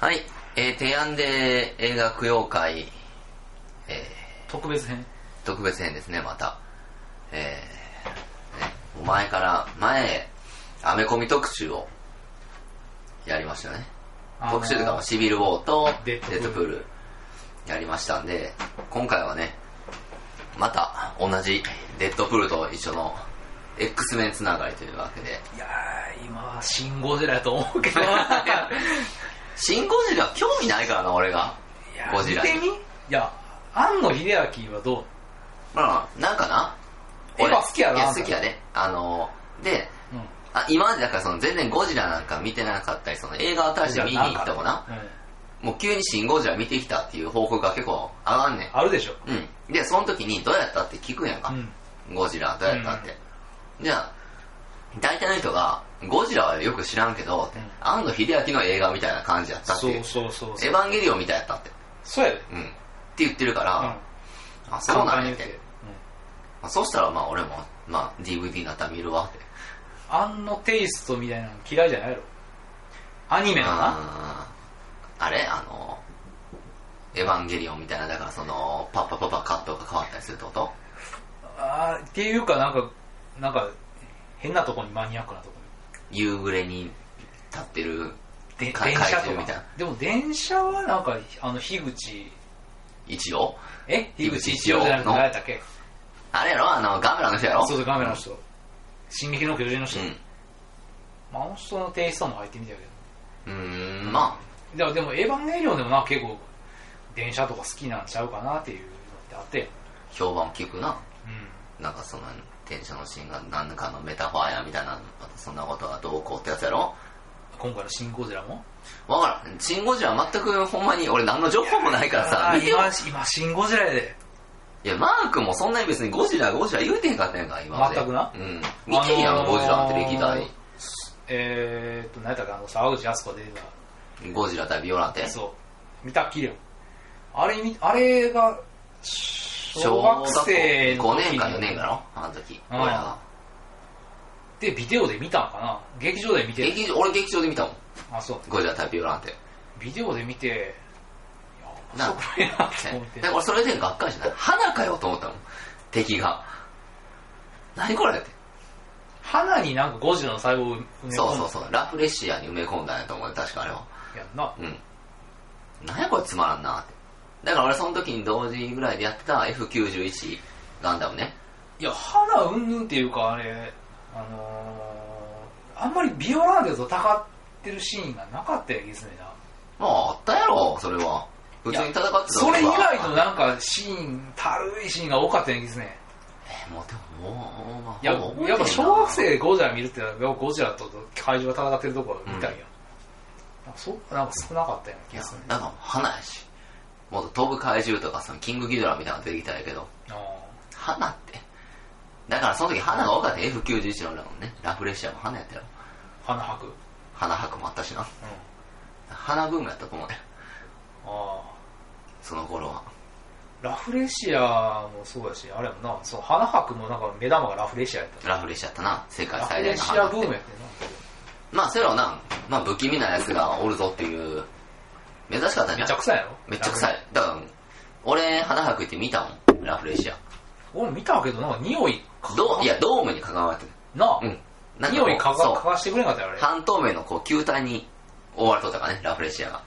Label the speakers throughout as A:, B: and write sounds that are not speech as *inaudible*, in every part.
A: はい、えー、提案で映画供養会、え
B: 特別編
A: ー特別編ですね、また。えーね前から、前、アメコミ特集をやりましたよね。
B: あの
A: 特集というか、まあシビル・ウォーと
B: デ
A: デ
B: ッド
A: ッドプ
B: プール
A: ールやりましたんで、今回はね、また同じデッドプールと一緒の X メンつながりというわけで、
B: いやー今はシン・ゴジラやと思うけどい
A: シン・ゴジラ興味ないからな、俺が。*laughs*
B: や
A: ゴジラに
B: 見てみいや庵野秀明はどう
A: まあ、なんかな
B: エヴァ好きやない
A: 好きやね。あの、で、
B: うん
A: あ今までだからその全然ゴジラなんか見てなかったり、その映画新しい見に行ってもな、
B: うん
A: もう急に新ゴジラ見てきたっていう報告が結構上がんねん。
B: あるでしょ
A: うん。で、その時にどうやったって聞くやんか。
B: うん
A: ゴジラどうやったって。じゃあ、大体の人が、ゴジラはよく知らんけどって、
B: うん
A: 安藤秀明の映画みたいな感じやったって
B: そ
A: いう。
B: うそうそうそ
A: エ
B: う
A: ヴァンゲリオンみたいやったって。
B: そうやで
A: うん。って言ってるから、あ、そう
B: 簡
A: なん
B: 単
A: や
B: に言
A: っ
B: うて
A: て。まあ、そしたらまあ俺も、まあ、DVD になったら見るわって。
B: 庵野テイストみたいなの嫌いじゃないやろアニメのな
A: あーあれあの、エヴァンゲリオンみたいな、だからその、パッパパパカットが変わったりするってこと
B: あーっていうかなんかなんか変なとこにマニアックなとこ
A: 夕暮れに立ってる
B: で
A: か
B: 電車
A: 怪
B: と
A: 獣
B: か
A: みたいな
B: でも電車はなんかあの樋口
A: 一応
B: え樋
A: 口
B: 口
A: 一
B: 一
A: 葉
B: 葉
A: の
B: じゃなくて誰だったっけ
A: あれやろあの、ガメラの人やろ
B: そうそうガメラの人進撃の巨人の人
A: うん。
B: まああの人のテイストも入ってみたけ
A: うーん、ま
B: どでもでもエヴァンゲリオンでもな結構電車とか好きなんちゃうかなっていうのってあってやん
A: あ、評判聞くな。
B: うん
A: なんかその、電車のシーンが何かのメタファーやみたいな、そんなことがどうこうってやつやろ
B: 今回の新ゴジラも
A: わからん。シンゴジラは全くほんまに俺何の情報もないからさ、
B: あー
A: 見てよ
B: 今今新ゴジラやで
A: いや、マークもそんなに別にゴジラ、ゴジラ言うてへんかったやんか、今まで。
B: 全くな
A: うん。見てんやん、
B: あのー
A: ゴジラって歴代。
B: えーっと何やったっけあの沢口靖子で出てた
A: ゴジラ対ビオランテ。
B: そう。見たっきりよ。あれ見、あれが、小学生の
A: 5
B: 時
A: 年
B: に
A: か4年かのあの時。
B: うん
A: 俺ら
B: で、ビデオで見たんかな劇場で見て。
A: 劇場、俺劇場で見たもん。
B: あ、そう。
A: ゴジラ対ビオランテ。
B: ビデオで見て、い
A: な
B: や、面白いなって思って
A: だから。俺それでがっかりした。花かよと思ったもん。敵が。何これって。
B: 花になんかゴジラの細胞を埋め
A: そう
B: 込ん
A: そう
B: だ。
A: そう。ラフレシアに埋め込んだんやと思うよ確かあれは。
B: やんな。
A: うん。なんやこれつまらんなって。だから俺その時に同時ぐらいでやってた F91 ガンダムね。
B: いや、花うんぬんっていうか、あれ、あのー、あんまりビオランテと戦ってるシーンがなかったやん、ですねな。
A: まあ、あったやろ、それは。普通に戦ってた時は
B: それ以外のなんかシーン、たるいシーンが多かったやん、ですね。
A: えーもう、でも、もう、まあ、
B: いや、
A: ほぼ覚え
B: やってぱ
A: んな
B: 小学生でゴジラ見るってのは、ゴジラと怪獣が戦ってるとこ見たいや、なんかそなんか少なかったよう
A: いや
B: な気がする、ね。
A: なんか、花やし。もっと飛ぶ怪獣とか、その、キングギドラみたいなの出てきたんやけど、
B: あ
A: 花って。だから、その時花が多かった F91 の俺らもね、ラフレッシアも花やったよ。
B: ー花博。うん。
A: 花博もあったしな。
B: あ
A: 花ブームやったと思うね。
B: あ
A: その頃は。
B: ー。ラフレシアもそうやし、あれやもんな、その花博もなんか目玉がラフレシアやった。
A: ラフレッシアやったな、世界
B: ラフ
A: 最
B: レ
A: 大の
B: シア
A: 花
B: ブ
A: っ
B: ーム
A: て。
B: やって
A: まあ、それはな、まあ、不気味なやつがおるぞっていう、珍しかった
B: な。
A: ん
B: め
A: じゃん
B: っちゃ臭いやろ
A: めっちゃ臭
B: い。
A: い。だから、俺、花博行って見たもん、ラフレシア。
B: 俺見たけど、なんか匂いか。
A: どういや、ドームに関わってる。
B: なあ、
A: うん。なんかこう
B: 匂いか
A: そ
B: がか
A: う。
B: がしてくれんかったよ、あれ。
A: 半透明のこう球体に覆われとったからね、ラフレシアが。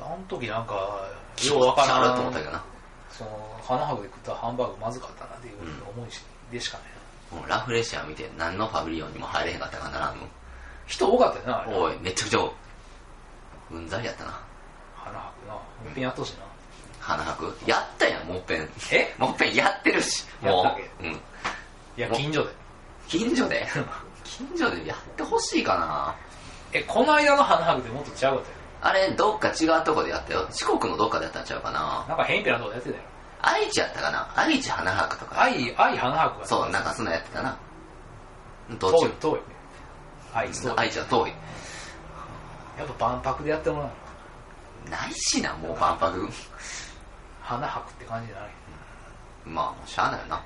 B: あの時なんか、
A: 気
B: よう
A: 持
B: わ
A: ち
B: から
A: 悪いと思った
B: ん
A: け。どな。
B: その、花博で食ったハンバーグまずかったなっていう思いしでしかないな。
A: もうラフレシア見て何のパビリオンにも入れへんかったからならんもん。
B: 人多かったよな、あれ。
A: おい、めちゃくちゃ多い、うんざりやったな。
B: 花博な。もっぺんやっとうしな。
A: 花博。やったやん、もっぺん。
B: え
A: もっぺんやってるし、も
B: やったっ
A: う。うん。
B: いや、近所で。
A: 近所で *laughs* 近所でやってほしいかな。
B: え、この間の花博ってもっと違うかったよ。
A: あれ、どっか違うとこでやったよ。四国のどっかでやったんちゃうかな。
B: なんか変なとこでやってたよ。
A: 愛知やったかな愛知花博とか。
B: 愛、愛花博が。
A: そう、なんかそんなんやってたな。どっち
B: 遠い
A: も、
B: 遠い。愛、そう。
A: 愛知は遠い。
B: やっぱ万博でやってもらうの。
A: ないしな、もう万博。
B: 花博って感じじゃない。
A: まあ、もうしゃあないよな。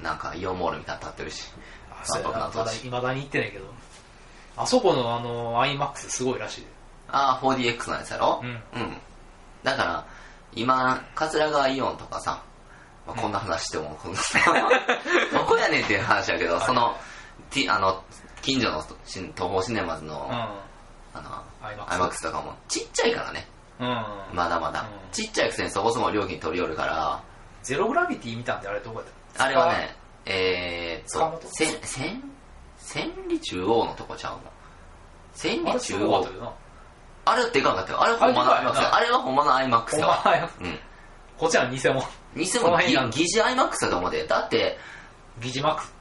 A: なんかイオンモールみたいなの立ってるし。
B: あそうやな。
A: 万博なんか
B: まだ、未だに行ってないけど。あそこのあの、アイマックスすごいらしいで。
A: ああ、4DX のやつやろ
B: うん
A: うん。だから、今、桂川イオンとかさ、まあ、こんな話しても、こんな *laughs* どこやねんっていう話やけど、
B: はい
A: その、T- あの、近所のし東宝シネマズの、
B: うん。ア
A: あ
B: イマ
A: の、
B: ックス。
A: IMAX とかも、ちっちゃいからね、
B: うん。
A: まだまだ。
B: うん
A: ちっちゃいくせにそこそこ料金取り寄るから、
B: ゼログラビティ見たんであれどこやった
A: あれはね、えーっ
B: 塚
A: と
B: 本、
A: せん、せん、千里中央のとこちゃうの。千里
B: あれす
A: 中
B: ごかっ
A: 央
B: た。けどな。
A: あれっていかんかったよ。あれはほんまの
B: あれ
A: IMAX よ。あれはほんまの IMAX
B: お
A: よ。
B: 前、
A: うん。
B: こっちは偽物。
A: にして
B: そ
A: も
B: の辺なんだ
A: ぎ疑似 IMAX だと思うで。だって、
B: 疑似マックス。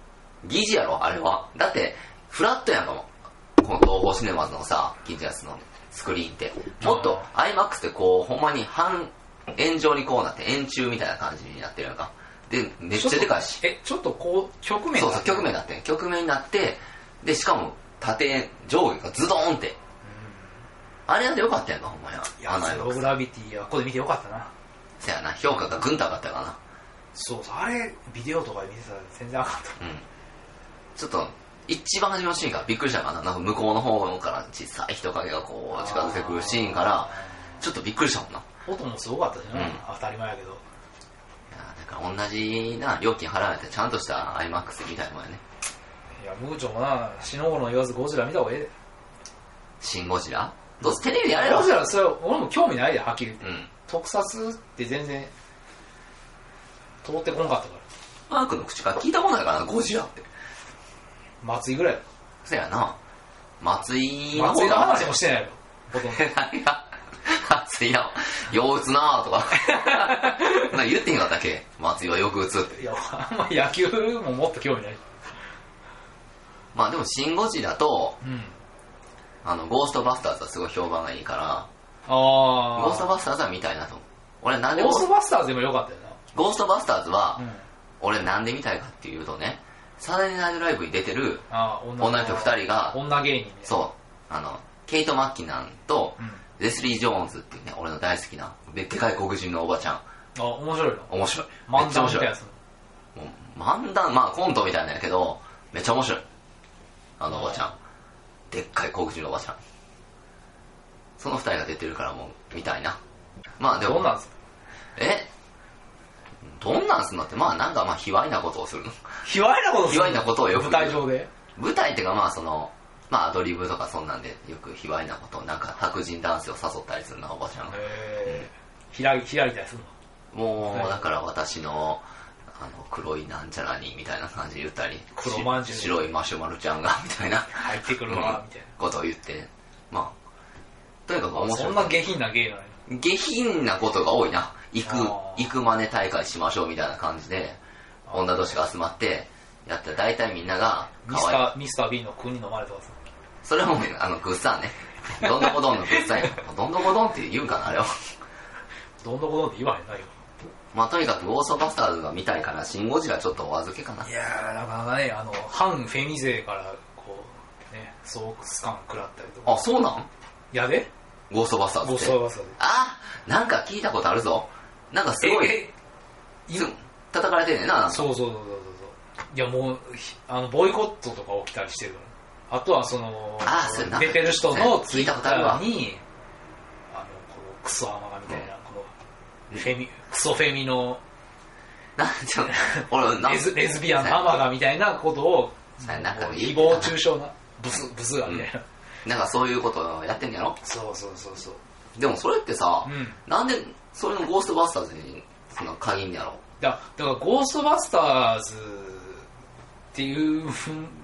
A: 疑似やろ、あれは。だって、フラットやんかも。この東宝シネマズのさ、近所やつのスクリーンって。もっと IMAX ってこう、ほんまに半円状にこうなって、円柱みたいな感じになってるやんか。で、めっちゃでかいし。。
B: え、ちょっとこう、局面
A: そう
B: が
A: そう、局面になってん局面になって、で、しかも、縦、上下がズドーンって。あれなんでよかったやんか、ほんまや。
B: いや、
A: あの
B: ゼログラビティはここで見てよかったな。
A: せやな、評価がぐんと上がったか
B: そうそう、あれ、ビデオとかで見てたら全然あかんと。
A: な。うん。ちょっと、一番初めのシーンからびっくりしたかな。なんか向こうの方から小さい人影がこう近づいてくるシーンから、ちょっとびっくりしたもんな。い
B: 音もすごかったしな、
A: うん
B: 当たり前やけど。
A: やだから同じな、料金払われてちゃんとした IMAX みたいなもんやね。
B: いや、ムーチョもな、死のうの言わずゴジラ見た方がええで。
A: シンゴジラどうせテレビでやれろ
B: ゴジラ、それ俺も興味ないで、はっきり言って。
A: うん。
B: 特撮って全然、通ってこんかったから。
A: マークの口から聞いたことないからな、ゴジラって。
B: 松井ぐらいだ
A: そやな。松井の
B: 松
A: 方
B: 井の
A: が
B: 話もしてないよ。ほとんど。
A: 何が *laughs* 松井や、よう打つなぁとか。 *laughs* なんか言ってへんかったっけ松井はよく打つって。
B: いや、あんま野球ももっと興味ない。
A: まあでも、シンゴジラと、
B: うん。
A: あの、ゴーストバスターズはすごい評判がいいから、
B: あ
A: ゴースト
B: ー。
A: バスターズは見たいなと思う。俺なんで
B: ゴ
A: ゴー
B: ース
A: ス
B: トバスターズでもよかったよ
A: ゴーストバスターズは
B: な。う、ん。
A: 俺なんで見たいかっていうとね、サタデーナイトライブに出てる
B: あー、
A: 女の人二人が、
B: 女芸人ね。
A: そう、あの、ケイト・マッキナンと、
B: うん。
A: レスリー・ジョーンズっていうね、俺の大好きな、ででかい黒人のおばちゃん。
B: あ、面白いの。
A: 面白い。め
B: 漫
A: っちゃ面
B: 談みた
A: 白
B: い
A: い
B: な。やつ。
A: もう漫談、まあコントみたいなんやけど、めっちゃ面白い。あのおばちゃん。でっかい黒人のおばちゃん。その二人が出てるからもう、みたいな。まあで
B: どう
A: も、
B: なんですか
A: えどんなんすんのって、まあなんかまあ、卑猥なことを
B: *laughs*
A: するの。
B: 卑猥なことす
A: 卑
B: る
A: 猥なことをよく
B: 舞台上で。
A: 舞台っていうかまあその、まあアドリブとかそんなんで、よく卑猥なことを、なんか白人男性を誘ったりするな、おばちゃんが。
B: へー。ひらり、ひらりたりするの。
A: も
B: は
A: う、
B: い
A: だから私の、あの、黒いなんちゃらに、みたいな感じで言ったり、
B: 黒まんじゅう
A: し白いマシュマロちゃんが、 *laughs* みたいな。
B: 入ってくるわ、みたい
A: ことを言って、まあ、とにかく
B: な。
A: 面
B: そ
A: 白
B: ん
A: い。
B: な下品な芸なのに。
A: 下品なことが多いな。行く
B: あ、ー
A: 行く真似大会しましょうみたいな感じで、女同士が集まって、やったら大体みんなが、
B: ミス
A: 可
B: タ
A: 愛い。
B: ー、ミスター B の国飲まれてます。
A: それはもう、あの、グッサンね。どんどこどんのグッサンや。どんどこどんって言うんかな、あれは。
B: どんどこどんって言わへんないよ。
A: まあ、とにかく、ゴーストバスターズが見たいから、シンゴジラちょっとお預けかな。
B: いやー、なかなかね、あの、反フェミ勢から、こう、ね、ソークス感食らったりとか。
A: あ、そうなん
B: やで
A: ゴーストバスターズ
B: ご
A: って。
B: そわさで。
A: あなんか聞いたことあるぞ。なんかすごい、
B: え、
A: す叩かれてんねんな。
B: そうそうそうそうそう。いや、もう、ひあの、ボイコットとか起きたりしてるから。あとは、その
A: あーそれな、んか
B: 出てる人のツ
A: 聞
B: イ
A: いた
B: ッ
A: こ
B: タ
A: とあるわ
B: ーに、あの、このクソアマガみたいな、この、フェミ、クソフェミの
A: なんちょ、俺、なん
B: レズレズビアンのアマガみたいなことを、
A: そうやな
B: こう
A: なんか
B: 誹謗中傷な、ブス、ブスがみたいな。
A: なんかそういうことをやってんやろ
B: そうそうそうそう。
A: でもそれってさ、
B: うん。
A: なんで、それのゴーストバスターズに、その、限んねやろ
B: だだから、ゴーストバスターズっていう、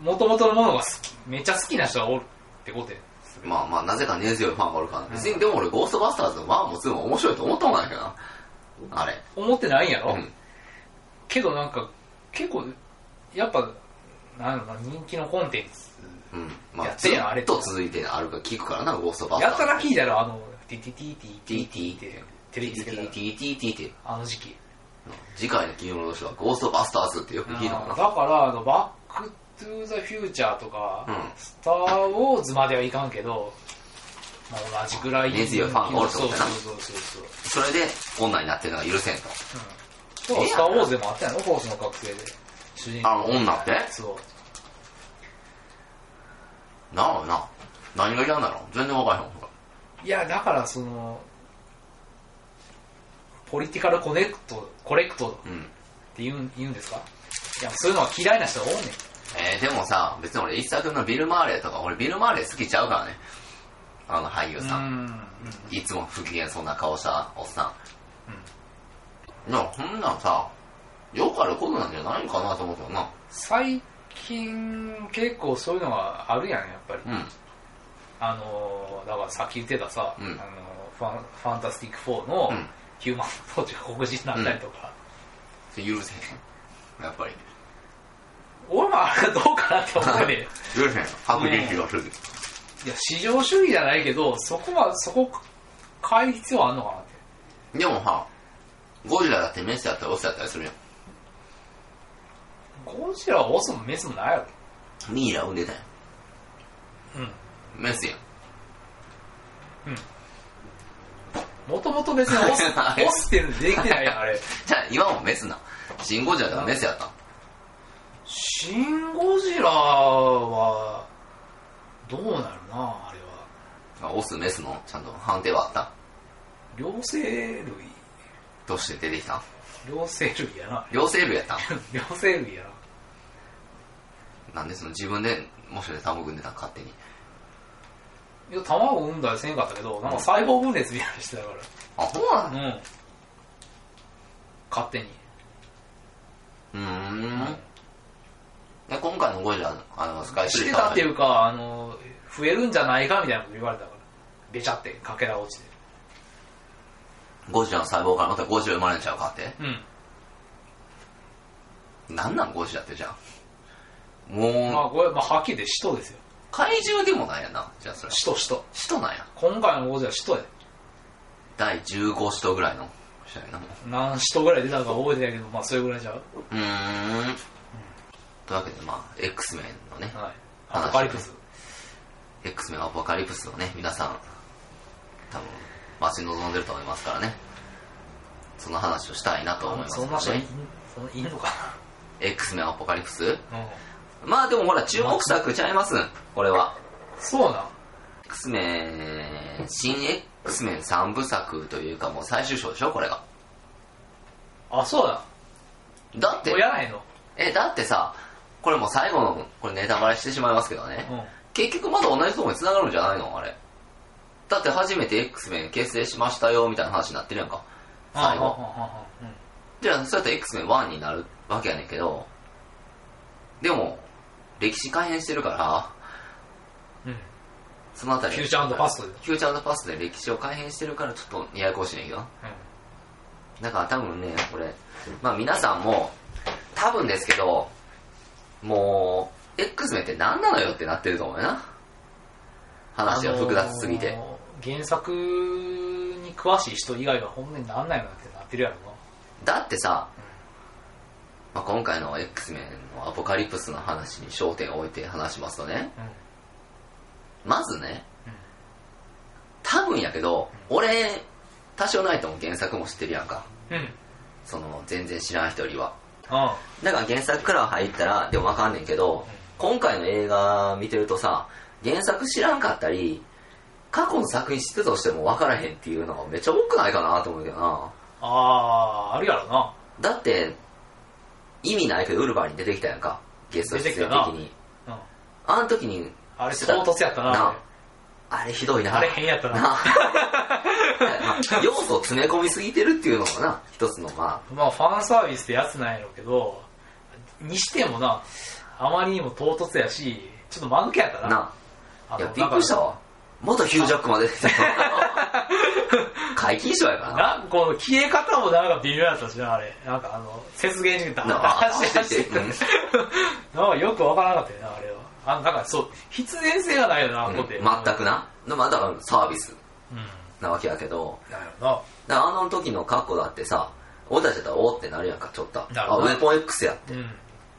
B: もともとのものが好き、めっちゃ好きな人がおるってことや。
A: まあまあ、なぜか根強いファンがおるから。別に、でも俺、ゴーストバスターズのワンもツーも面白いと思ったもんないけどな。あれ。
B: 思ってないんやろ、
A: うん。
B: けどなんか、結構、やっぱ、なんやろな、人気のコンテンツ。
A: うん。まあ、
B: やっ
A: ず
B: てんやんあ
A: っ
B: れ
A: と続いてあるから聞くからな、ゴーストバスタ
B: や
A: ーズ。
B: たら聞いたら、あの、ティティティティティティって、
A: テ
B: テレ
A: ィ
B: ビつ
A: テ
B: けたら
A: ィティティティって。
B: あの時期。
A: 次回の金曜ロードショーはゴーストバスターズってよく
B: だ
A: 聞いたもんな。
B: から、あのバックトゥーザフューチャーとか、
A: うん
B: スターウォーズまではいかんけど、まあ、同じぐらい
A: 根強いファンがおるって
B: そ
A: こ
B: う
A: とや
B: そう
A: な
B: そうそうそう。
A: それで、女になってるのが許せんと。
B: そうスター・ウォーズでもあったやろ、コースの覚醒で。主人公
A: あ女って
B: そう。
A: なあな。何が嫌なんだろう全然わからへんわ。
B: いや、だからその、ポリティカルコネクト、コレクト
A: うん。
B: って言うん言うんですかいや、そういうのは嫌いな人が多いねん。
A: えー、でもさ、別に俺、一作のビル・マーレーとか、俺、ビル・マーレー好きちゃうからね。あの俳優さん。
B: ん。
A: いつも不機嫌そうな顔したおっさん。いや、こんなんさ、よくあることなんじゃないのかなと思うけどな。
B: 最近、結構そういうのがあるやん、やっぱり。
A: うん。
B: あのー、だからさっき言ってたさ、
A: うん
B: あのーファン、ファンタスティック4の
A: うん
B: ヒューマンポーチが黒人になったりとか。
A: それ許せへん。やっぱり。
B: 俺もあれどうかなって思うねん。
A: *laughs* 許せへん。白人気がする。
B: いや、市場主義じゃないけど、そこは、そこ、変える必要あんのかなって。
A: でもさ、ゴジラだってメスだったりオスだったりするやん。
B: ゴジラはオスもメスもないやろ。
A: ミイラ産んでたやん。
B: うん。
A: メスやん。
B: もともと別にオス、 *laughs* オスっていうのできてないやん、あれ。
A: じゃあ、今もメスな。シンゴジラだからメスやったん。
B: シン・ゴジラは、どうなるな、あれは。
A: あオス、メスのちゃんと判定はあった
B: 両生類
A: どうして出てきたん
B: 両生類やな。 *laughs*
A: 両生類や *laughs* ったん
B: 両生類やな。
A: なんでその自分で、もしかして卵産んでたん勝手に。
B: いや、卵産んだりせんかったけど、なんか細胞分裂みたいなのしてたか
A: あ、そうな
B: ら。
A: の
B: うん。勝手に。
A: うーん。で今回のゴジラ、あの、スカイツ
B: し
A: リ
B: て
A: ー
B: たっていうか、あの、増えるんじゃないかみたいなこと言われたから。べちゃって、かけら落ちて。
A: ゴジラの細胞からまたゴジラ生まれんちゃうかって。
B: うん。
A: なんなんゴジラってじゃあ。も
B: ま
A: う、
B: あ、これ、まあ、はっきり言って使徒ですよ。
A: 怪獣でもないやな。じゃあそれ。
B: 使徒、使徒。
A: 使徒なんや。
B: 今回の王者は使徒や。
A: 第15使徒ぐらいの人やな。もう
B: 何使徒ぐらい出たか覚えてないけど、まあ、それぐらいちゃう。
A: うーん。というわけで、まあ、X メンのね、
B: はい。アポカリプス。
A: X メンアポカリプスをね、皆さん、多分、待ち望んでると思いますからね。その話をしたいなと思います、
B: そ
A: ね。
B: んな人いん、そんいんのか
A: X メンアポカリプス
B: な。うん。
A: まあでもほら、注目作ちゃいますこれは。
B: そうなん。
A: X メン、新 X メン3部作というかもう最終章でしょこれが。
B: あ、そうだ。
A: だって
B: もう、やらへんの。
A: え、だってさ、これもう最後の、これネタバレしてしまいますけどね。
B: うん。
A: 結局まだ同じとこに繋がるんじゃないのあれ。だって初めて X メン結成しましたよ、みたいな話になってるやんか。最
B: は
A: 後。
B: はははうん
A: じゃあ、そうやって X メン1になるわけやねんけど、でも、歴史改変してるから、
B: うん。
A: そのあたり。
B: フューチャーパストで
A: フューチャーパストで歴史を改変してるから、ちょっとややこしいねんけどな。だから多分ね、これ、まあ皆さんも、多分ですけど、もう、X メンって何なのよってなってると思うよな。話が複雑すぎて。
B: あのー原作に詳しい人以外は本音になんないのってなってるやろ
A: だってさ、まあ、今回の X メンのアポカリプスの話に焦点を置いて話しますとね、
B: な。うん。
A: まずね
B: うん、
A: 多分やけど、俺、多少ないとも原作も知ってるやんか。
B: うん。うん。
A: その、全然知らん人よりは。だから原作から入ったら、でもわかんねんけど、今回の映画見てるとさ、原作知らんかったり、過去の作品知ってたとしても分からへんっていうのがめっちゃ多くないかなと思うけどな。
B: あー、あるやろな。
A: だって、意味ないけどウルヴァリン出てきたやんか。ゲスト出演的
B: 出てきた
A: に。
B: うん。
A: あの時に、
B: あれ唐突やったな。
A: なあれひどいな。
B: あれ変やったな。
A: な *laughs* 要素を詰め込みすぎてるっていうのがな、一つのま
B: まあファンサービスってやつなんやろうけど、にしてもな、あまりにも唐突やし、ちょっと間抜けやった
A: あ、
B: な。
A: な
B: あ
A: いや
B: の、
A: びっくりしたわ。元ヒュージャックまで出てきた。
B: *laughs*
A: 解禁賞やからな。
B: な、この消え方もなんか微妙だったしな、あれ。なんかあの、雪原にダーッ
A: な
B: 走って走って
A: う。ん
B: なんかよくわからなかったよな、あれは。あなんかそう、必然性がないよな、
A: うん
B: こうやって。
A: 全く。な。でもだからサービス
B: うん。
A: なわけやけど、
B: なるほど。
A: だからあの時の過去だってさ、俺たちだったらおーってなるやんか、ちょっと。
B: なる
A: あ、
B: ほ
A: ウ
B: ど
A: ェポン X や、
B: うん。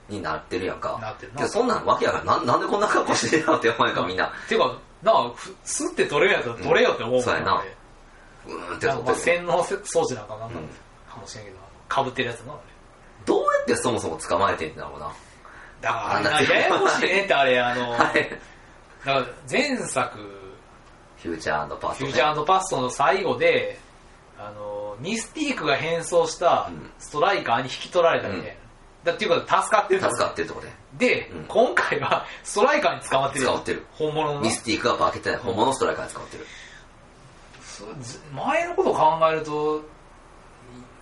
A: になってるやんか。
B: なってる
A: い
B: な。
A: やそんなんわけやから、なんなんでこんな格好してるやろって思うやんか、みんな。
B: てか、なんか、ふすって取れるやつは取れよって思うもん
A: そうやな
B: あれ
A: うーんって
B: なんか
A: 思
B: まあ
A: ってる。
B: 洗脳せ装置なんかなんか
A: うん
B: かもしれんけど、かぶってるやつな、あれ。
A: どうやってそもそも捕まえてんだろうな。 *laughs*
B: だからあれ
A: あんな *laughs*
B: な、ややこしいねってあれ、あの、だ
A: あ
B: か
A: れ、
B: ら前作
A: フューチャーパスト
B: フ
A: ね
B: ューチャーパストの最後で、あの、ニスティークが変装した
A: うん
B: ストライカーに引き取られたみたいな。だっていうことは助かってる
A: 助かってるとこで
B: で、
A: うん
B: 今回はストライカーに捕まってる。
A: 捕まってる
B: 本物の
A: ミ。スティークがバーケットで本物のストライカーに使ってる
B: そうず前のことを考えると、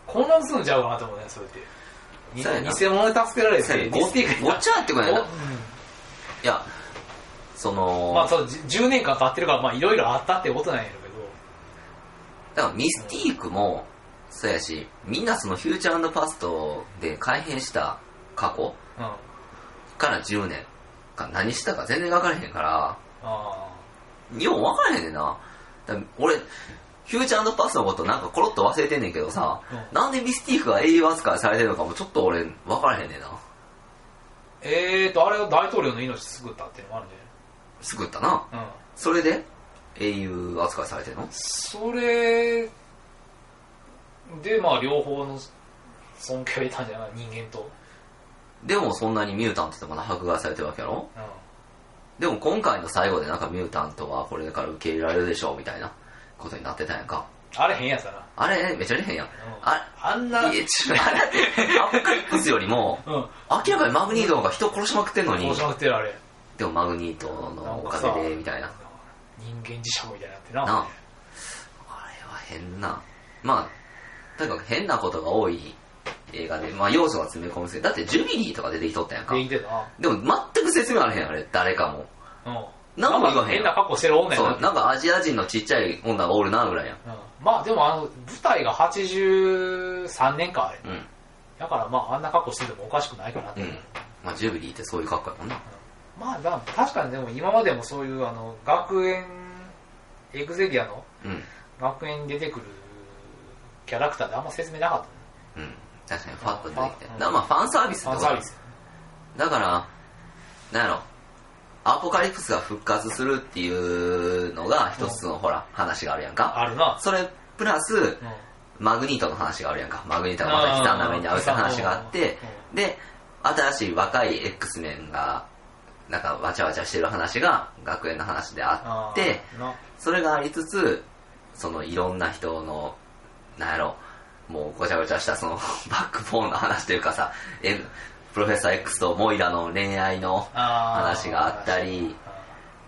B: 混乱するんちゃうかなと思うね、それって。に
A: そうやな
B: 偽物で助けられて、
A: ご
B: ニスティーク
A: ごっちゃなってこない
B: お
A: な
B: う
A: い
B: ん
A: やその、
B: まあそう、じ10年間経ってるから、まあいろいろあったってことなんやろうけど、
A: だからミスティークもそうやしみんなそのフューチャーパストで改変した過去
B: うん。あ
A: から10年か何したか全然分からへんから
B: あ
A: よう分からへんねんなだから俺フューチャーパストのことなんかコロッと忘れてんねんけどさ、
B: うん
A: なんでミスティークが英雄扱いされてるのかもちょっと俺分からへんねんな
B: えーと、あれは大統領の命救ったっていうのもあるんじ
A: 救ったな
B: ゃないうん。
A: それで英雄扱いされてるの
B: それで、まあ両方の尊敬を得たんじゃない人間と。
A: でもそんなにミュータントとかな迫害されてるわけやろ
B: うん。
A: でも今回の最後でなんかミュータントはこれから受け入れられるでしょうみたいなことになってたやんか。
B: あれ変やつだな。
A: あれ、めちゃ変やん。あ
B: ああんな、うん。
A: いや、ちょっと待って、アポカリプスよりも、明らかにマグニートの方が人殺しまくってんのに
B: 殺し、まくってるあれ。
A: でもマグニートのおかげで、みたいな。な
B: 人間磁石みたいになってな。
A: あ。あれは変な。まあ、とにかく変なことが多い映画で、まあ要素が詰め込むせいだってジュビリーとか出てきとったやんか
B: で。きてるな。
A: でも全く説明あれへん、あれ、誰かも。
B: うん。
A: なんも言わへん
B: か変な格好してる女や
A: そ
B: な
A: う、なんかアジア人のちっちゃい女がおるな、ぐらいやん。
B: うん。まあでもあの、舞台が83年か、あれ。
A: うん。
B: だからまああんな格好しててもおかしくないかなって。
A: うん。まあ、ジュビリーってそういう格好やもんな。
B: まあだから確かにでも今までもそういうあの、学園、エグゼリアの
A: うん。
B: 学園に出てくるキャラクターであんま説明なかったね
A: うん。確かに、ファッと出てきて。
B: う
A: だ
B: ん
A: からまあ、ファンサービスって
B: ファ
A: こ
B: ン
A: と
B: サービス。
A: だから、なんやろ、アポカリプスが復活するっていうのが一つの、ほら、話があるやんか。
B: あるな。
A: それ、プラス、
B: うん。
A: マグニートの話があるやんか。マグニートがまた悲惨な目に遭うって話があって、で、新しい若い X メンが、なんか、わちゃわちゃしてる話が、学園の話であって、
B: うん、な
A: それがありつつ、そのいろんな人の、なんやろ、もうごちゃごちゃしたその *laughs* バックボーンの話というかさ、えプロフェッサー X とモイラの恋愛の
B: あー
A: 話があったり、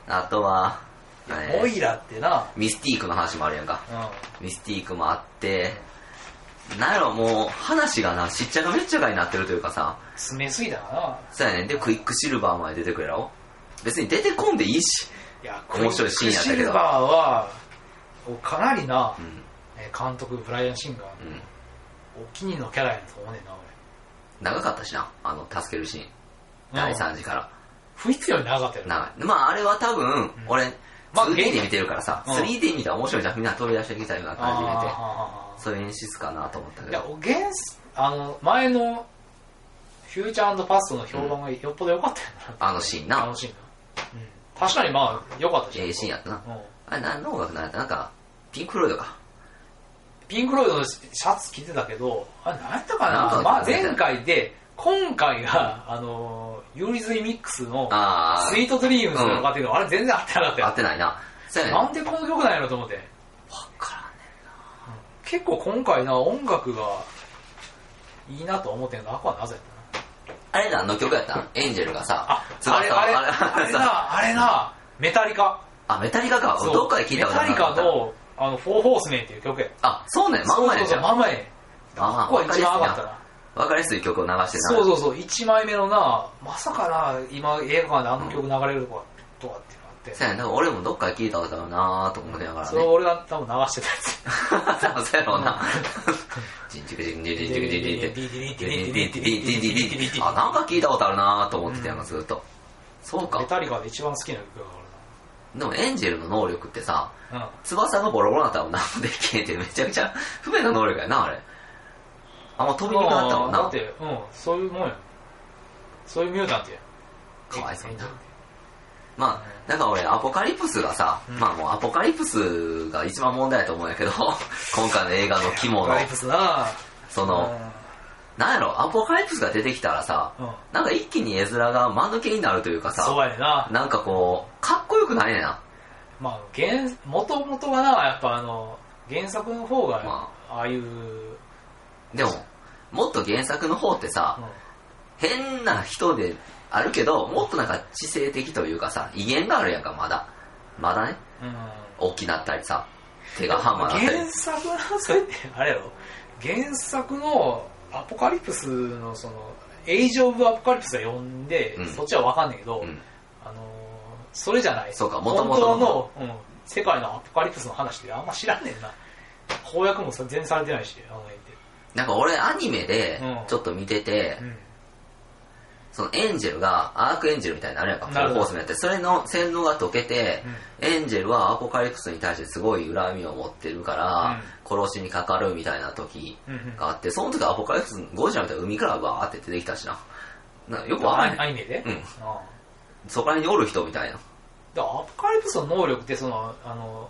A: あとは、
B: うん
A: えー
B: モイラってな、
A: ミスティークの話もあるやんか。
B: うん、
A: ミスティークもあって、なんやろ、もう話がな、しっちゃかめっちゃかになってるというかさ、
B: 詰めすぎたか
A: そうやねん。で、クイックシルバーまで出てくるやろ別に出てこんでいいし。
B: な。いや、
A: 面白いシーンやったけど
B: クイックシルバーは、おかなりな
A: う、ん。
B: えー監督、ブライアン・シンガー、
A: うん。
B: お気に入りのキャラやと思うねんな、
A: 長かったしな、あの、助けるシーン。
B: 俺。
A: 第
B: うん
A: 3次から。
B: 不必要に長かったよな。
A: 長い。まああれは多分、俺、
B: まあ
A: 2D で見てるからさ、
B: うん
A: 3D 見たら面白いじゃん。みんな飛び出してきたような感じで見て、
B: あー
A: そういう演出かなと思ったけ
B: いや
A: ど。、
B: 原すあの、前の、フューチャーパストの評判がよっぽど良かったよな。
A: あのシーンな
B: あのシーンな。うん。確かにまあ、良かったし。
A: ええシーンやったな。
B: うん。
A: あれ、何の音楽なんやったなんか、ピンク・フロイドか。
B: ピンク・ロイドのシャツ着てたけど、あれ何やった
A: な
B: か
A: ん
B: な
A: か
B: まあ、前回で、今回が、あの、ユーリズリミックスの、
A: あ
B: スイートドリームズのかっていうのは、あれ全然合ってなかった
A: ー、合
B: よ
A: っ。てないな。そうやねん。
B: なんでこの曲なんやろと思って。
A: わからんね
B: 結構今回な、音楽が、いいなと思ってんの、アクはなぜやったな。
A: あれ何の曲やったんエンジェルがさ
B: あ、、あれ、
A: を
B: あれ、
A: あ
B: あ
A: れ
B: れ
A: さ、
B: な、あれな、メタリカ。
A: あ、メタリカか。
B: そう
A: どっかで聞いたことある
B: メタリカの、あの、フォーホースメンっていう曲や。
A: あ、そうね。まんまや
B: そ
A: じ
B: うそ
A: ゃ
B: う、
A: ん。
B: まんまや。
A: あ
B: ここは一番上がったな。
A: わかりやすい曲を流してな。
B: そうそうそう、1枚目のな、まさかな、今映画館であの曲流れるとか、とかっていうのあって。
A: そうやね。だから俺もどっかで聞いたことあるなーと思いながらね。
B: それ俺が多分流してたやつ。
A: そうやろうな。じんじくじんじくじんじくじんじくじんじあ、なんか聞いたことあるなと思ってたよな、ずっと。そう
B: メ
A: か。
B: タリカで一番好きな曲が
A: でもエンジェルの能力ってさ、
B: あるな。うん。
A: 翼がボロボロなったら何もできへんってめちゃくちゃ不便な能力やな、あれ。あんま飛びにくくなったもん
B: まあだっ
A: な。
B: て、うん、そういうもんや。そういうミュータントや。
A: かわいそうにな
B: うん。
A: まあ、なんか俺、アポカリプスがさ、
B: うん
A: まあもうアポカリプスが一番問題やと思うんやけど、今回の映画の肝の
B: ラ、イプスな
A: そ
B: そ
A: の、なんやろ、アポカリプスが出てきたらさ、
B: うん。
A: なんか一気に絵面が間抜けになるというかさ、
B: そうやねんな。
A: なんかこう、かっこよくないねんな。
B: まあ、原、元々はな、やっぱあの、原作の方が、
A: ま
B: ああいう、うん
A: でも、もっと原作の方ってさ、変な人であるけど、もっとなんか知性的というかさ、威厳があるやんか、まだ。まだね、
B: うん。
A: 大きなったりさ、手がハンマーなったり
B: 原。作の、それって、あれやろ原作の、アポカリプスの、その、エイジ・オブ・アポカリプスは読んで、
A: うん
B: そっちはわかんないけど、
A: うん
B: あのーそれじゃない。
A: そうか元
B: 本
A: 々の
B: 当の、うん、世界のアポカリプスの話ってあんま知らんねんな。公約もさ全然されてないし、あの辺って。
A: なんか俺アニメで
B: うん
A: ちょっと見てて、
B: うん。
A: そのエンジェルがアークエンジェルみたいになるやんか、
B: なるほど
A: 高校生もやって、それの洗脳が解けて、エンジェルはアポカリプスに対してすごい恨みを持ってるから、殺しにかかるみたいな時
B: うん。うん。
A: があって、その時アポカリプスゴジラみたいな海からバーって出てきたしな。なんかよくわかん
B: ア
A: ない。
B: ニメで
A: うん。
B: ああ
A: そこら辺におる人みたいな。
B: だからアポカリプスの能力ってそのあの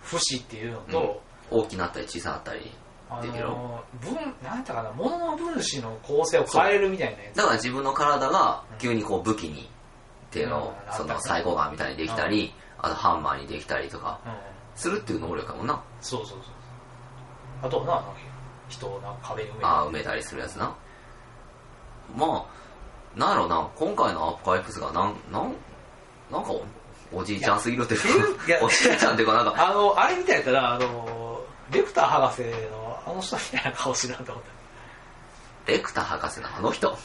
B: 不死っていうのと、
A: 大きなったり小さなったり。
B: あ
A: できる
B: の分なんだかな物の分子の構成を変えるみたいなやつ
A: だから自分の体が急にこう武器に、っていうのを
B: うん、
A: その最後ガンみたいにできたり、あとハンマーにできたりとか、
B: うん
A: するっていう能力かもんな。
B: そうそうそうあとはななんか人をなんか壁に埋める
A: ああ、埋めたりするやつな。まあ、なんやろな、今回のアポカリプスが、なん、なん、なんかお、おじいちゃんすぎるっていうか
B: いや、
A: おじいちゃんっていうか、なんか、
B: あのあれみたいやったらあのレクター博士のあの人みたいな顔してるなと思っ *laughs*
A: レクター博士のあの人、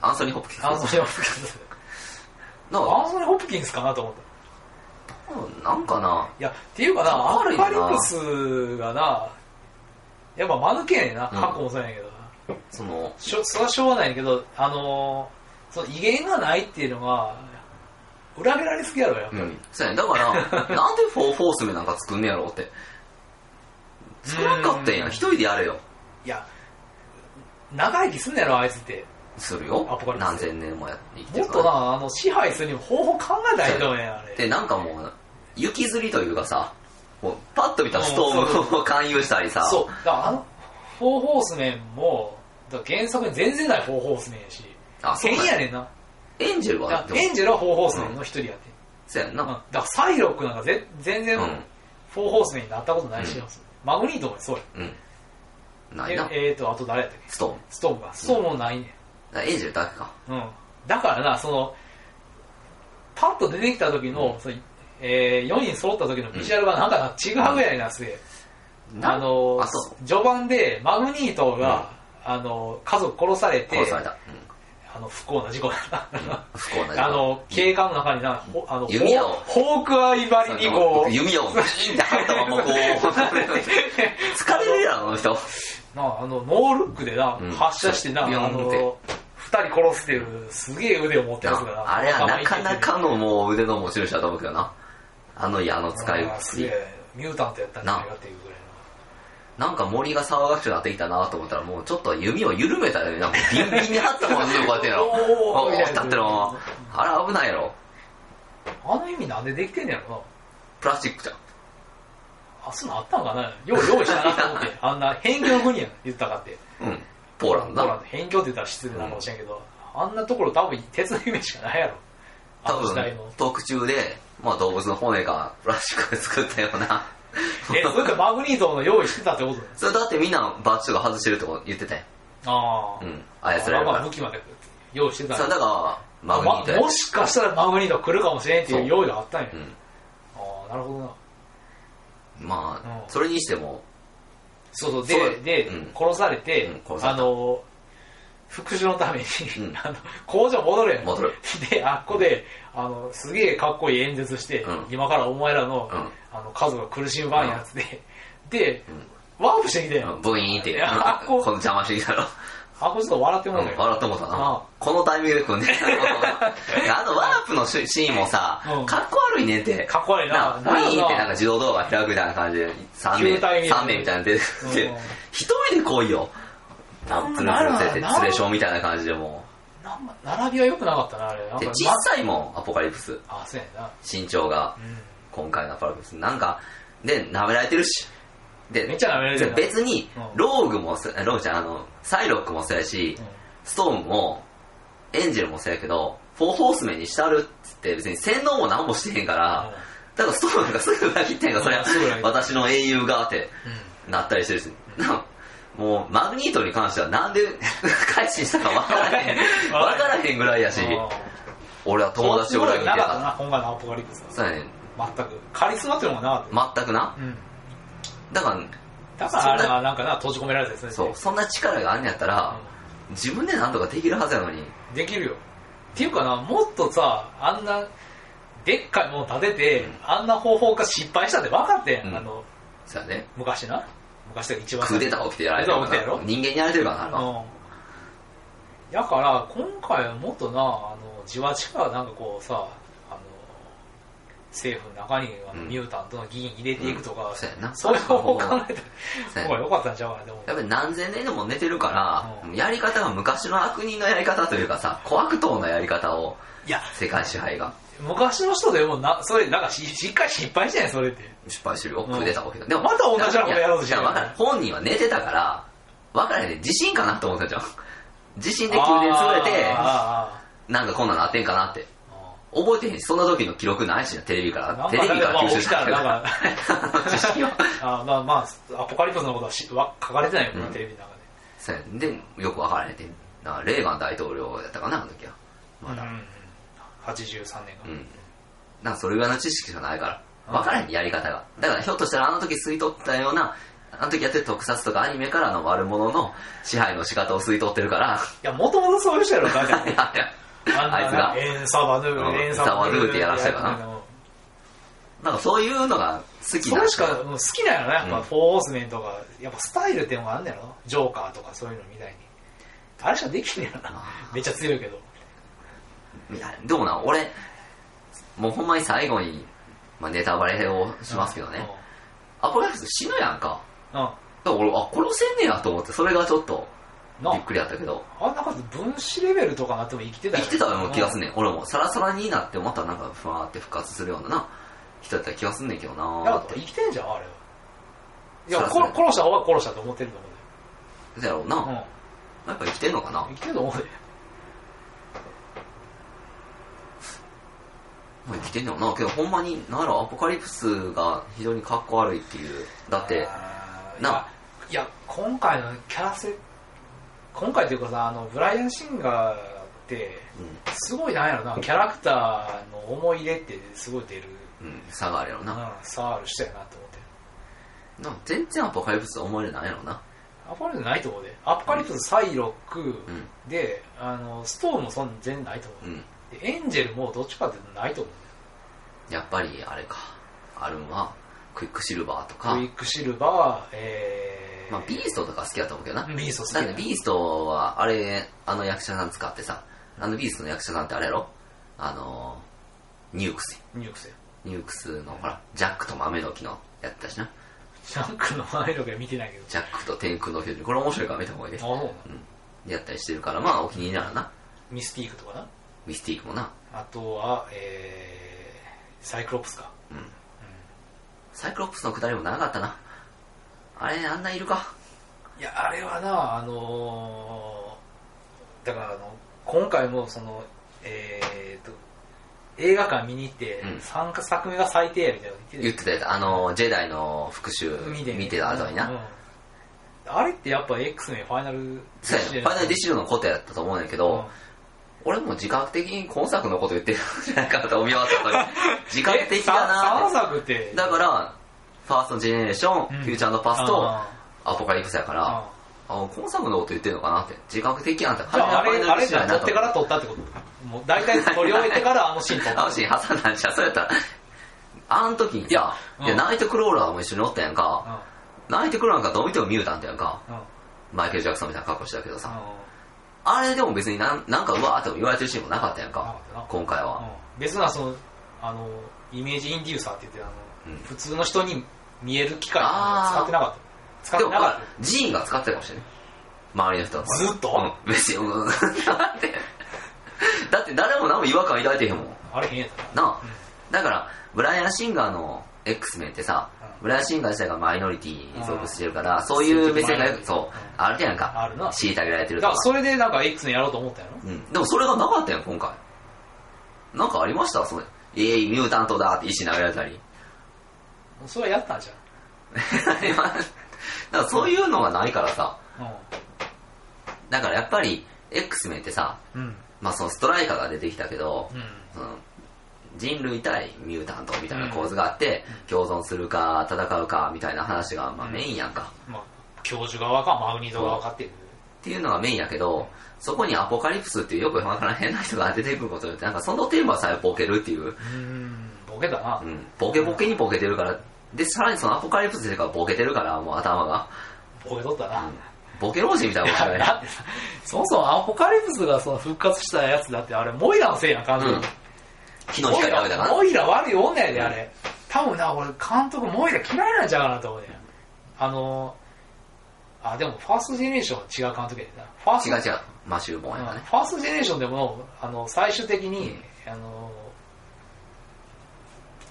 A: アンソニー・ホプキンス。
B: たアンソニー・ホプキンス
A: なん
B: ア
A: か
B: ンソニー・ホプキンスかなと思った
A: なんかな、
B: いや、っていうかな、
A: かっ
B: ア
A: こ悪
B: ル
A: いな
B: カリプスがな、やっぱ間抜けやねんな、
A: うん
B: 過去もそうやねんけどな、
A: その、
B: しょそれはしょうがないねんけど、あのー、その威厳がないっていうのが、裏切られすぎやろ、やっぱ
A: う
B: り。
A: ん。そうやね。だ
B: *laughs*
A: から、なんでフォーフォースメなんか作んねやろうって。作らんかったんや
B: うん
A: ん。一人でやれよ。
B: いや、長生きすんねやろ、あいつって。
A: するよ
B: アポカ。リプス
A: 何千年もやって生きて
B: もっ
A: るか
B: と
A: ら。
B: な、あの、支配するにも方法考えたらいいと思うねんや、あれ。
A: で、なんかもう、行きずりというかさ、こうパッと見たらストームを勧誘したりさ、
B: そう、だからあの、フォーホースメンも、だから原作に全然ないフォーホースメンやし、
A: あそう
B: 変
A: なんや
B: やねんな。
A: エンジェル
B: だ
A: は
B: か
A: で
B: ら
A: も
B: エンジェルはフォーホースメンの一人やってん。
A: そうやん
B: うんだ
A: な。
B: からサイロックなんかぜ全然
A: うん。
B: フォーホースメンになったことないし、
A: うん
B: マグニートもそうや
A: うん。ない
B: え
A: な。
B: えーとあと誰やったっけ
A: ストーム。
B: ストームがストームもないね
A: だからエンジェルだけか。
B: ん、うん、だからなそのパッと出てきた時の、そのえ4人揃った時のビジュアルがなんかな違うやいなすげえ、あの
A: あ、そう。
B: 序盤でマグニートが、あの家族殺されて
A: 殺された。
B: あの不幸な事故だ
A: うんうん
B: な
A: 不幸な事故
B: *laughs* あの警官の中になほあのホ
A: 弓矢を
B: ホークアイばりにこう
A: 弓をビーンって入ったままこう、
B: *laughs*
A: 疲れるやろ、あの人。
B: なああのノールックでな、
A: うん
B: 発射して
A: そ
B: な、
A: う
B: あ
A: ビヨンって
B: の2人殺すっていうすげえ腕を持ってるやつがな
A: あれはなかな
B: 頭
A: かのもう腕の持ち主だと思うけどな。あの矢の
B: いい
A: 使いっ
B: うん
A: ぷ
B: すげ
A: り。
B: えミュータントやったんじゃないかっていうぐらい
A: なんか森が騒がしくなってきたなと思ったら、もうちょっと弓を緩めたよね。なんかビンビンに張ったままね、こうやってやろ。
B: *laughs*
A: お
B: おー
A: ー立ってるまま。あれ危ないやろ。
B: のあの意味なんでできてんねやろな
A: プラスチックじゃん。
B: あそんなんあったんかな
A: *laughs*
B: よう用意したなと思ってあんな辺境の国やん言ったかって
A: うん。ポーランドな。
B: 辺境って言ったら失礼なのかもしれんけど、あんなところ多分鉄の夢しかないやろあ
A: 多
B: の時代
A: 分
B: の、
A: 特注で、まあ動物の骨かプラスチックで作ったような。
B: *laughs* えそれってマグニートの用意してたってことだよ
A: *laughs* それだってみんなバッチとか外してるってこと言ってたやん。
B: あ
A: う
B: あ、
A: ん。操ら
B: まあ
A: れる
B: ま
A: か
B: あ
A: ら
B: 武。器まで用意してたんや
A: そうだから、マグニートや
B: もしかしたらマグニート来るかもしれんっていう用意があったんや。
A: うん。
B: ああ、なるほどな。
A: まあ
B: う、ん
A: それにしても、
B: そうそう、
A: そ
B: で、
A: う
B: で、
A: うん
B: 殺されて、
A: うん殺され
B: あ
A: た
B: の、復讐のために、
A: うん
B: *laughs* あの工場戻れやん
A: 戻る。
B: で、あっこで、あの、すげえかっこいい演説して、
A: うん
B: 今からお前らの、
A: うん
B: あの、家族が苦しむ番やつで、で、ワープしてきたやん。
A: ブイーンって、
B: い
A: こ
B: や
A: の邪魔してきたろ。
B: あっこちょっと笑って
A: う
B: も
A: ん
B: らったよ。
A: 笑ってもうた
B: あ
A: な
B: あ。
A: このタイミングで来ん
B: *laughs*
A: ねんあのワープのシシーンもさ
B: う、ん
A: かっこ悪いねんて。
B: かっこ悪いな。
A: ブイーンってなんか
B: な
A: 自動ドアが開くみたいな感じで、3
B: 球体
A: 名、
B: みたいな
A: 三名みたいなの出てきて
B: うん、
A: 一人で来いよ。
B: なんも
A: つるつるつれて、
B: ならん
A: つれションみたいな感じでも
B: なんか並びは良くなかったな、あれ。なん
A: う。
B: か
A: で、小さいもん、アポカリプス。
B: あ、そうやな。
A: 身長が、
B: う
A: 今回のアポカリプス。なんか、で、舐められてるし。で
B: ん。めっちゃ舐められてるな。
A: 別に
B: う、ん
A: ローグもそう、ローグじゃん、あの、サイロックもそうやし
B: うん、
A: ストームも、エンジェルもそうやけど、フォーホースメンにしたるっつって別に洗脳も何もしてへんから、
B: う
A: だからストーブなんかすぐ裏切ってんか、それ
B: うんすぐ裏切っ。て
A: 私の英雄がってなったりしてるし。もう、マグニートに関してはなんで *laughs* 改心したかわから
B: *laughs*
A: へん。わからへんぐらいやし、俺は友達を
B: ぐ
A: 裏
B: ら
A: 切っ
B: い
A: て
B: なかった
A: た。
B: な、今回のアポカリプスは。
A: そうやね。
B: 全く。カリスマっていうのがなかっ
A: 全くな。
B: た。うん。
A: だから、
B: だからあれはなんかな、閉じ込められたですね。
A: そう、そんな力があんねやったら、自分でなんとかできるはずやのに、
B: うんできるよ。っていうかな、もっとさ、あんな、でっかいもの立てて、あんな方法が失敗したって分かって
A: うん
B: ん。あの、
A: そうやね。
B: 昔な。昔というか一番
A: クー
B: 最
A: デ
B: 初
A: ターが起きてやられてる
B: クーデター
A: か
B: が
A: ら
B: 起
A: 人間にやられてるからなあれは、
B: うん。だから、今回はもっとな、あの、じわじわなんかこうさ、あの、政府の中にあの
A: うん
B: ミュータントの議員入れていくとか、
A: うんそうやな
B: そういう方法を考え
A: そ
B: た
A: うや
B: ら、ほうが良かったんちゃうかな、でも。
A: やっぱり何千年でも寝てるから、
B: う
A: やり方が昔の悪人のやり方というかさ、小悪党のやり方を、
B: いや、
A: 世界支配が
B: 昔の人でもな、それ、なんかし、しっかり失敗してない、それって。
A: 失敗してるよ、
B: うん
A: クーデターが起きた。でも
B: また同じようなことやろうとしてる
A: いわかる本人は寝てたから、わからへんで、地震かなと思ったじゃん。地震で宮殿潰れて、
B: あ
A: なんかこんなのあってんかなって。
B: ーあ
A: 覚えてへんし、そんな時の記録ないしな、テレビか
B: ーあ
A: ら。
B: ー
A: テレビから吸収し
B: まあ
A: た
B: 起きらなんか
A: 知識は。
B: あーまあまあ、アポカリプスのことはしわ書かれてないもんな、
A: うん
B: テレビの中で。
A: そうやで、よくわからへんて。なんかレーガン大統領やったかな、あの時は。まだ
B: うん。うんうん、83年か
A: う
B: ら。
A: ん。なんかそれぐらいの知識しかないから。わからへん、やり方が。だからひょっとしたらあの時吸い取ったような、あの時やってる特撮とかアニメからの悪者の支配の仕方を吸い取ってるから、
B: いや、もともとそうい
A: *laughs*
B: う人やろ、だか
A: いやいや
B: ら。
A: あいつが
B: エンサバドゥ
A: うん
B: ー、エン
A: エンサバドゥってやらせたかな
B: な。
A: なんかそういうのが好き
B: そ
A: な人
B: れしかうん好きなんやろな、やっ
A: う
B: ぱ、
A: ん
B: フォーオースメンとか、やっぱスタイルっていうのがあんねやろ、ジョーカーとかそういうのみたいに。あれしかできんねやろな
A: あ。
B: めっちゃ強いけど。
A: いや、でもな、俺、もうほんまに最後に、まあ、ネタバレをしますけどね。アポロリプス死ぬやんか。
B: うん。うん。
A: だから俺、あ、殺せんねやと思って、それがちょっと、
B: な
A: びっくりやったけど。
B: あんな感じで分子レベルとかなっても生きてた
A: 生きてたような気がすん
B: ね
A: ねん。俺も、サラサラになって、またなんか、ふわーって復活するようなな、人やった気がすんねんけどな
B: だ
A: ー
B: か
A: っ
B: ら生
A: て。
B: きてんじゃんあれはいや
A: そう
B: 殺
A: そう
B: 殺した方が殺したと思ってると思
A: だやろうな、
B: うで、
A: やっぱ生きてんのかな
B: うん、生きてると思うで
A: まあ生きてんのよな。けど、ほんまに、なんやろ、アポカリプスが非常にかっこ悪いっていう。だって、
B: あー
A: ない
B: やいや今回のキャラセ今回というかさあのブライアン・シンガーって
A: う
B: すごいなんやろなキャラクターの思い入れってすごい出る
A: ん、うん、差があるやろ
B: うん
A: な。
B: 差ある人やなと思って
A: なんか全然アポカリプス思われないやろな。
B: アポカリプスないと思うでアポカリプスサイロック
A: うん、
B: で、あのストーンもそんな全然ないと思
A: う
B: う
A: ん。
B: でエンジェルもどっちかっていうとないと思う
A: やっぱりあれか、アルンはクイックシルバーとか
B: クイ、ックシルバー、えー、
A: まあ、ビーストとか好きだと思うけどな。
B: ビースト好き
A: だ
B: や
A: っ
B: な
A: てビーストは、あれ、あの役者さん使ってさ、あのビーストの役者さんってあれやろあのー、ニュークスや
B: ニュークスや。
A: ニュークスのほら、ジャックと豆の木のやったしな。
B: ジャンクの前とか見てないけど。
A: ジャックと天空の巨人。これ面白いから見た方がいいで
B: あ、
A: す。
B: そうなの
A: やったりしてるから、まあお気に入りならな。
B: ミスティークとかな。
A: ミスティークもな。
B: あとは、えー、サイクロプスか。
A: うん。サイクロプスのくだりも長かったな。あれ、あんないるか。
B: いや、あれはな、あのー、だからあの、今回もその、えーと、映画館見に行って
A: うん、
B: 参加作目が最低やみたいなこと言
A: 言
B: っ
A: っててたやつ。あの、ジェダイの復讐
B: た
A: 見てた後にな。
B: うんあれってやっぱ X メンファイナル
A: そうやねファイナルディッシュのことやったと思うんやけど、
B: うん
A: 俺も自覚的に今作のこと言ってるんじゃないかなと思いました自覚的だな
B: え
A: っ
B: さ3作って
A: て。だから、ファーストジェネレーション、
B: うん
A: フューチャーのパスと、
B: あ
A: アポカリプスやから、あ
B: あ
A: 今作のこと言ってるのかなって。自覚的やんって。
B: じゃああれ、あれじゃ
A: な
B: 撮ってから撮ったってこともう大体撮り終えてからあのシーン撮った。
A: あのシーン挟んだんじゃん。そうやったら、あの時にさ、
B: うん
A: いや、ナイトクローラーも一緒におったやん
B: う
A: か。
B: ん
A: ナイトクローラーなんかどう見てもミュータントやんか。
B: うん
A: マイケル・ジャクソンみたいな格好してたけどさ。
B: うん
A: あれでも別になんなんかうわーっても言われてるシーンもなかったやん
B: な
A: か
B: かったな。
A: 今回は。
B: うん別なその、あの、イメージインデューサーって言って、あの
A: うん、
B: 普通の人に見える機械を
A: あー
B: 使ってなかった。使っ
A: で
B: て
A: も、
B: なか
A: ジーンが使ってたかもしれない。周りの人は。
B: ずっと
A: うん、別に、うん、だって、だって誰も何も違和感抱いてへんもん。
B: った。あれ変やったな。
A: なあ。だから、ブライアン・シンガーの X メンってさ、
B: うん
A: ブライアン・シンガー自体がマイノリティに属してるから、そういう目線がよく、そう、あるじゃんか。
B: あるな。だ
A: 虐げられてると
B: から
A: か。
B: それでなんか X のやろうと思ったやろ
A: うん。でもそれがなかったよ、今回。なんかありましたそれ。イエーイ、ミュータントだって石投げられたり。 *laughs*
B: それはやったんじゃ
A: だからそういうのがないからさ、
B: ん。
A: だからやっぱり、X メンってさ、
B: うん。うん。
A: まあそのストライカーが出てきたけど、
B: うん。
A: その人類対ミュータントみたいな構図があって、共存するか戦うかみたいな話がまあ
B: うん
A: メインやんか、
B: まあ、教授側かマグニード側かっていう。
A: っていうのがメインやけど、そこにアポカリプスっていうよくわからん変な人が出てくることによって、なんかそのテーマさえボケるっていう、
B: うん。ボケだな
A: う。ん、ボケボケにボケてるから、で、さらにそのアポカリプスっていうかボケてるから、もう頭が、
B: ボケとったな。
A: ボケ老人みたいなこと
B: い
A: じゃ
B: や
A: ない。
B: *laughs* だってさ、そもそもアポカリプスがその復活したやつだって、あれ、モイラのせいやん、完全に。
A: 木の光がめたかな。
B: モイラ悪い女やで、あれ。多分な、俺、監督、モイラ嫌いなんちゃうかなと思うねん。あのー、あ、でも、ファーストジェネレーションは違う監督やでな。ファース
A: 違
B: ト
A: う違う、マシューボンやから
B: うん
A: ね。
B: ファーストジェネレーションでも、あの、最終的に、あの、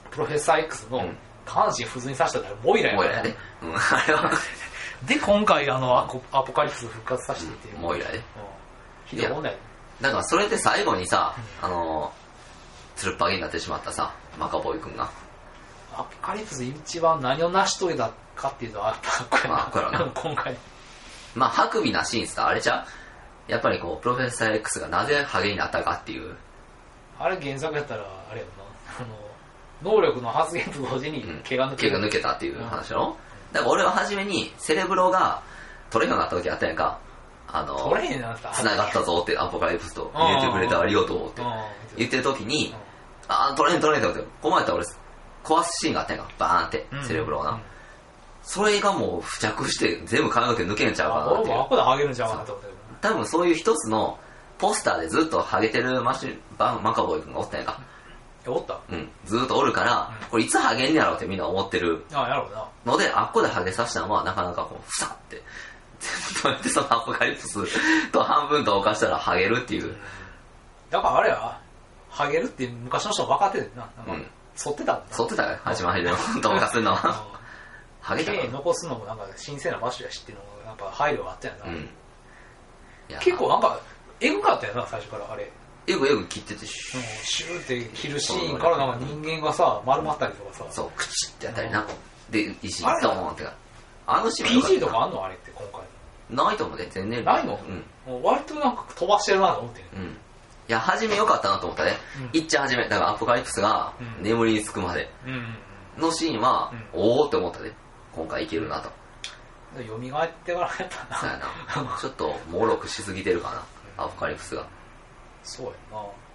B: プロフェッサー X
A: う
B: の
A: ん
B: 下半身不随に刺したのはモイラや
A: モ
B: か
A: イラや
B: ら
A: で。うん、あれは、
B: で、今回、あの、アコアポカリプス復活させてっていう。
A: モイラやで。
B: うんひどいもんだよ。
A: だからそれで最後にさ、あの、つるっぱげになってしまったさ、マカボーイ君が。
B: アポカリプス一番何を成し遂げたかっていうのは、やっぱこれ
A: まあこれはな
B: 今回。
A: まあ、白尾なシーンっつったらあれじゃうやっぱりこう、プロフェッサー X がなぜハゲになったかっていう。
B: あれ原作やったら、あれやろな。あの、能力の発現と同時に
A: うん、
B: 毛が抜け
A: 毛
B: る
A: が。抜けたっていう話だろ、だから俺は初めに、セレブロが取れへんようになった時あったやんか。あの
B: 取、れへんようになった。
A: 繋がったぞって、アポカリプスと言ってくれてありがとうって
B: うん。
A: 言ってる時に
B: うん、
A: あー、取れへん取れへんって思って、この前やったら俺、壊すシーンがあったやんか。バーンって
B: う、ん
A: セレブロを
B: うん
A: な。それがもう付着して、全部髪の毛抜けんちゃうかな
B: あ、
A: っ
B: 俺
A: て
B: も
A: い
B: ア
A: う。
B: コでハゲるんちゃうかなと思ったけ
A: 多
B: ど。
A: 分そういう一つの、ポスターでずっとハゲてるマシュ、バンマカボーイ君がおったやんか。
B: えおった
A: うん、ずーっとおるから、
B: うん
A: これいつハゲんねやろうってみんな思ってる
B: あやろうな。
A: ので、あっこでハゲさせたのはなかなかこう、ふさって、どうやってそのアポカリプスと半分と犯したらハゲるっていう。
B: だからあれや、ハゲるって昔の人は分かっててな。なんか
A: うん、
B: 剃ってたもんな。
A: 剃ってたよ、始まりの、どうかするの
B: *laughs*
A: は。ハゲ
B: 綺
A: た
B: 麗に
A: か
B: 残すのもなんか神聖な場所やしっていうのもやっぱ配慮があったやな
A: ら。う。ん。いや
B: 結構、なんか、エグかったよな、最初からあれ。
A: よくよく切ってて、シ
B: う
A: ュ
B: ん
A: ッ
B: シューって切るシーンからなんか人間がさ、丸まったりとかさ。
A: そう、クチってやったりな。で、石、ド
B: あれ
A: ーンってか。あのシーンは
B: PG
A: 良
B: と
A: か
B: か
A: っ
B: あんのあれって今回。
A: たなないと思うね、全然。
B: ないの
A: うん。
B: もう割となんか飛ばしてるなと思ってる。
A: うん。いや、初め良かったなと思ったね
B: うん。
A: いっちゃん初め。だからアポカリプスが
B: うん
A: 眠りにつくまで。
B: うんうん
A: のシーンは、
B: うん
A: おおって思ったで。今回いけるなと。
B: うん。よみがえってからやった
A: そうや
B: な。 *laughs*
A: な。ちょっと、もろくしすぎてるかな。アポカリプスが。
B: そうやな。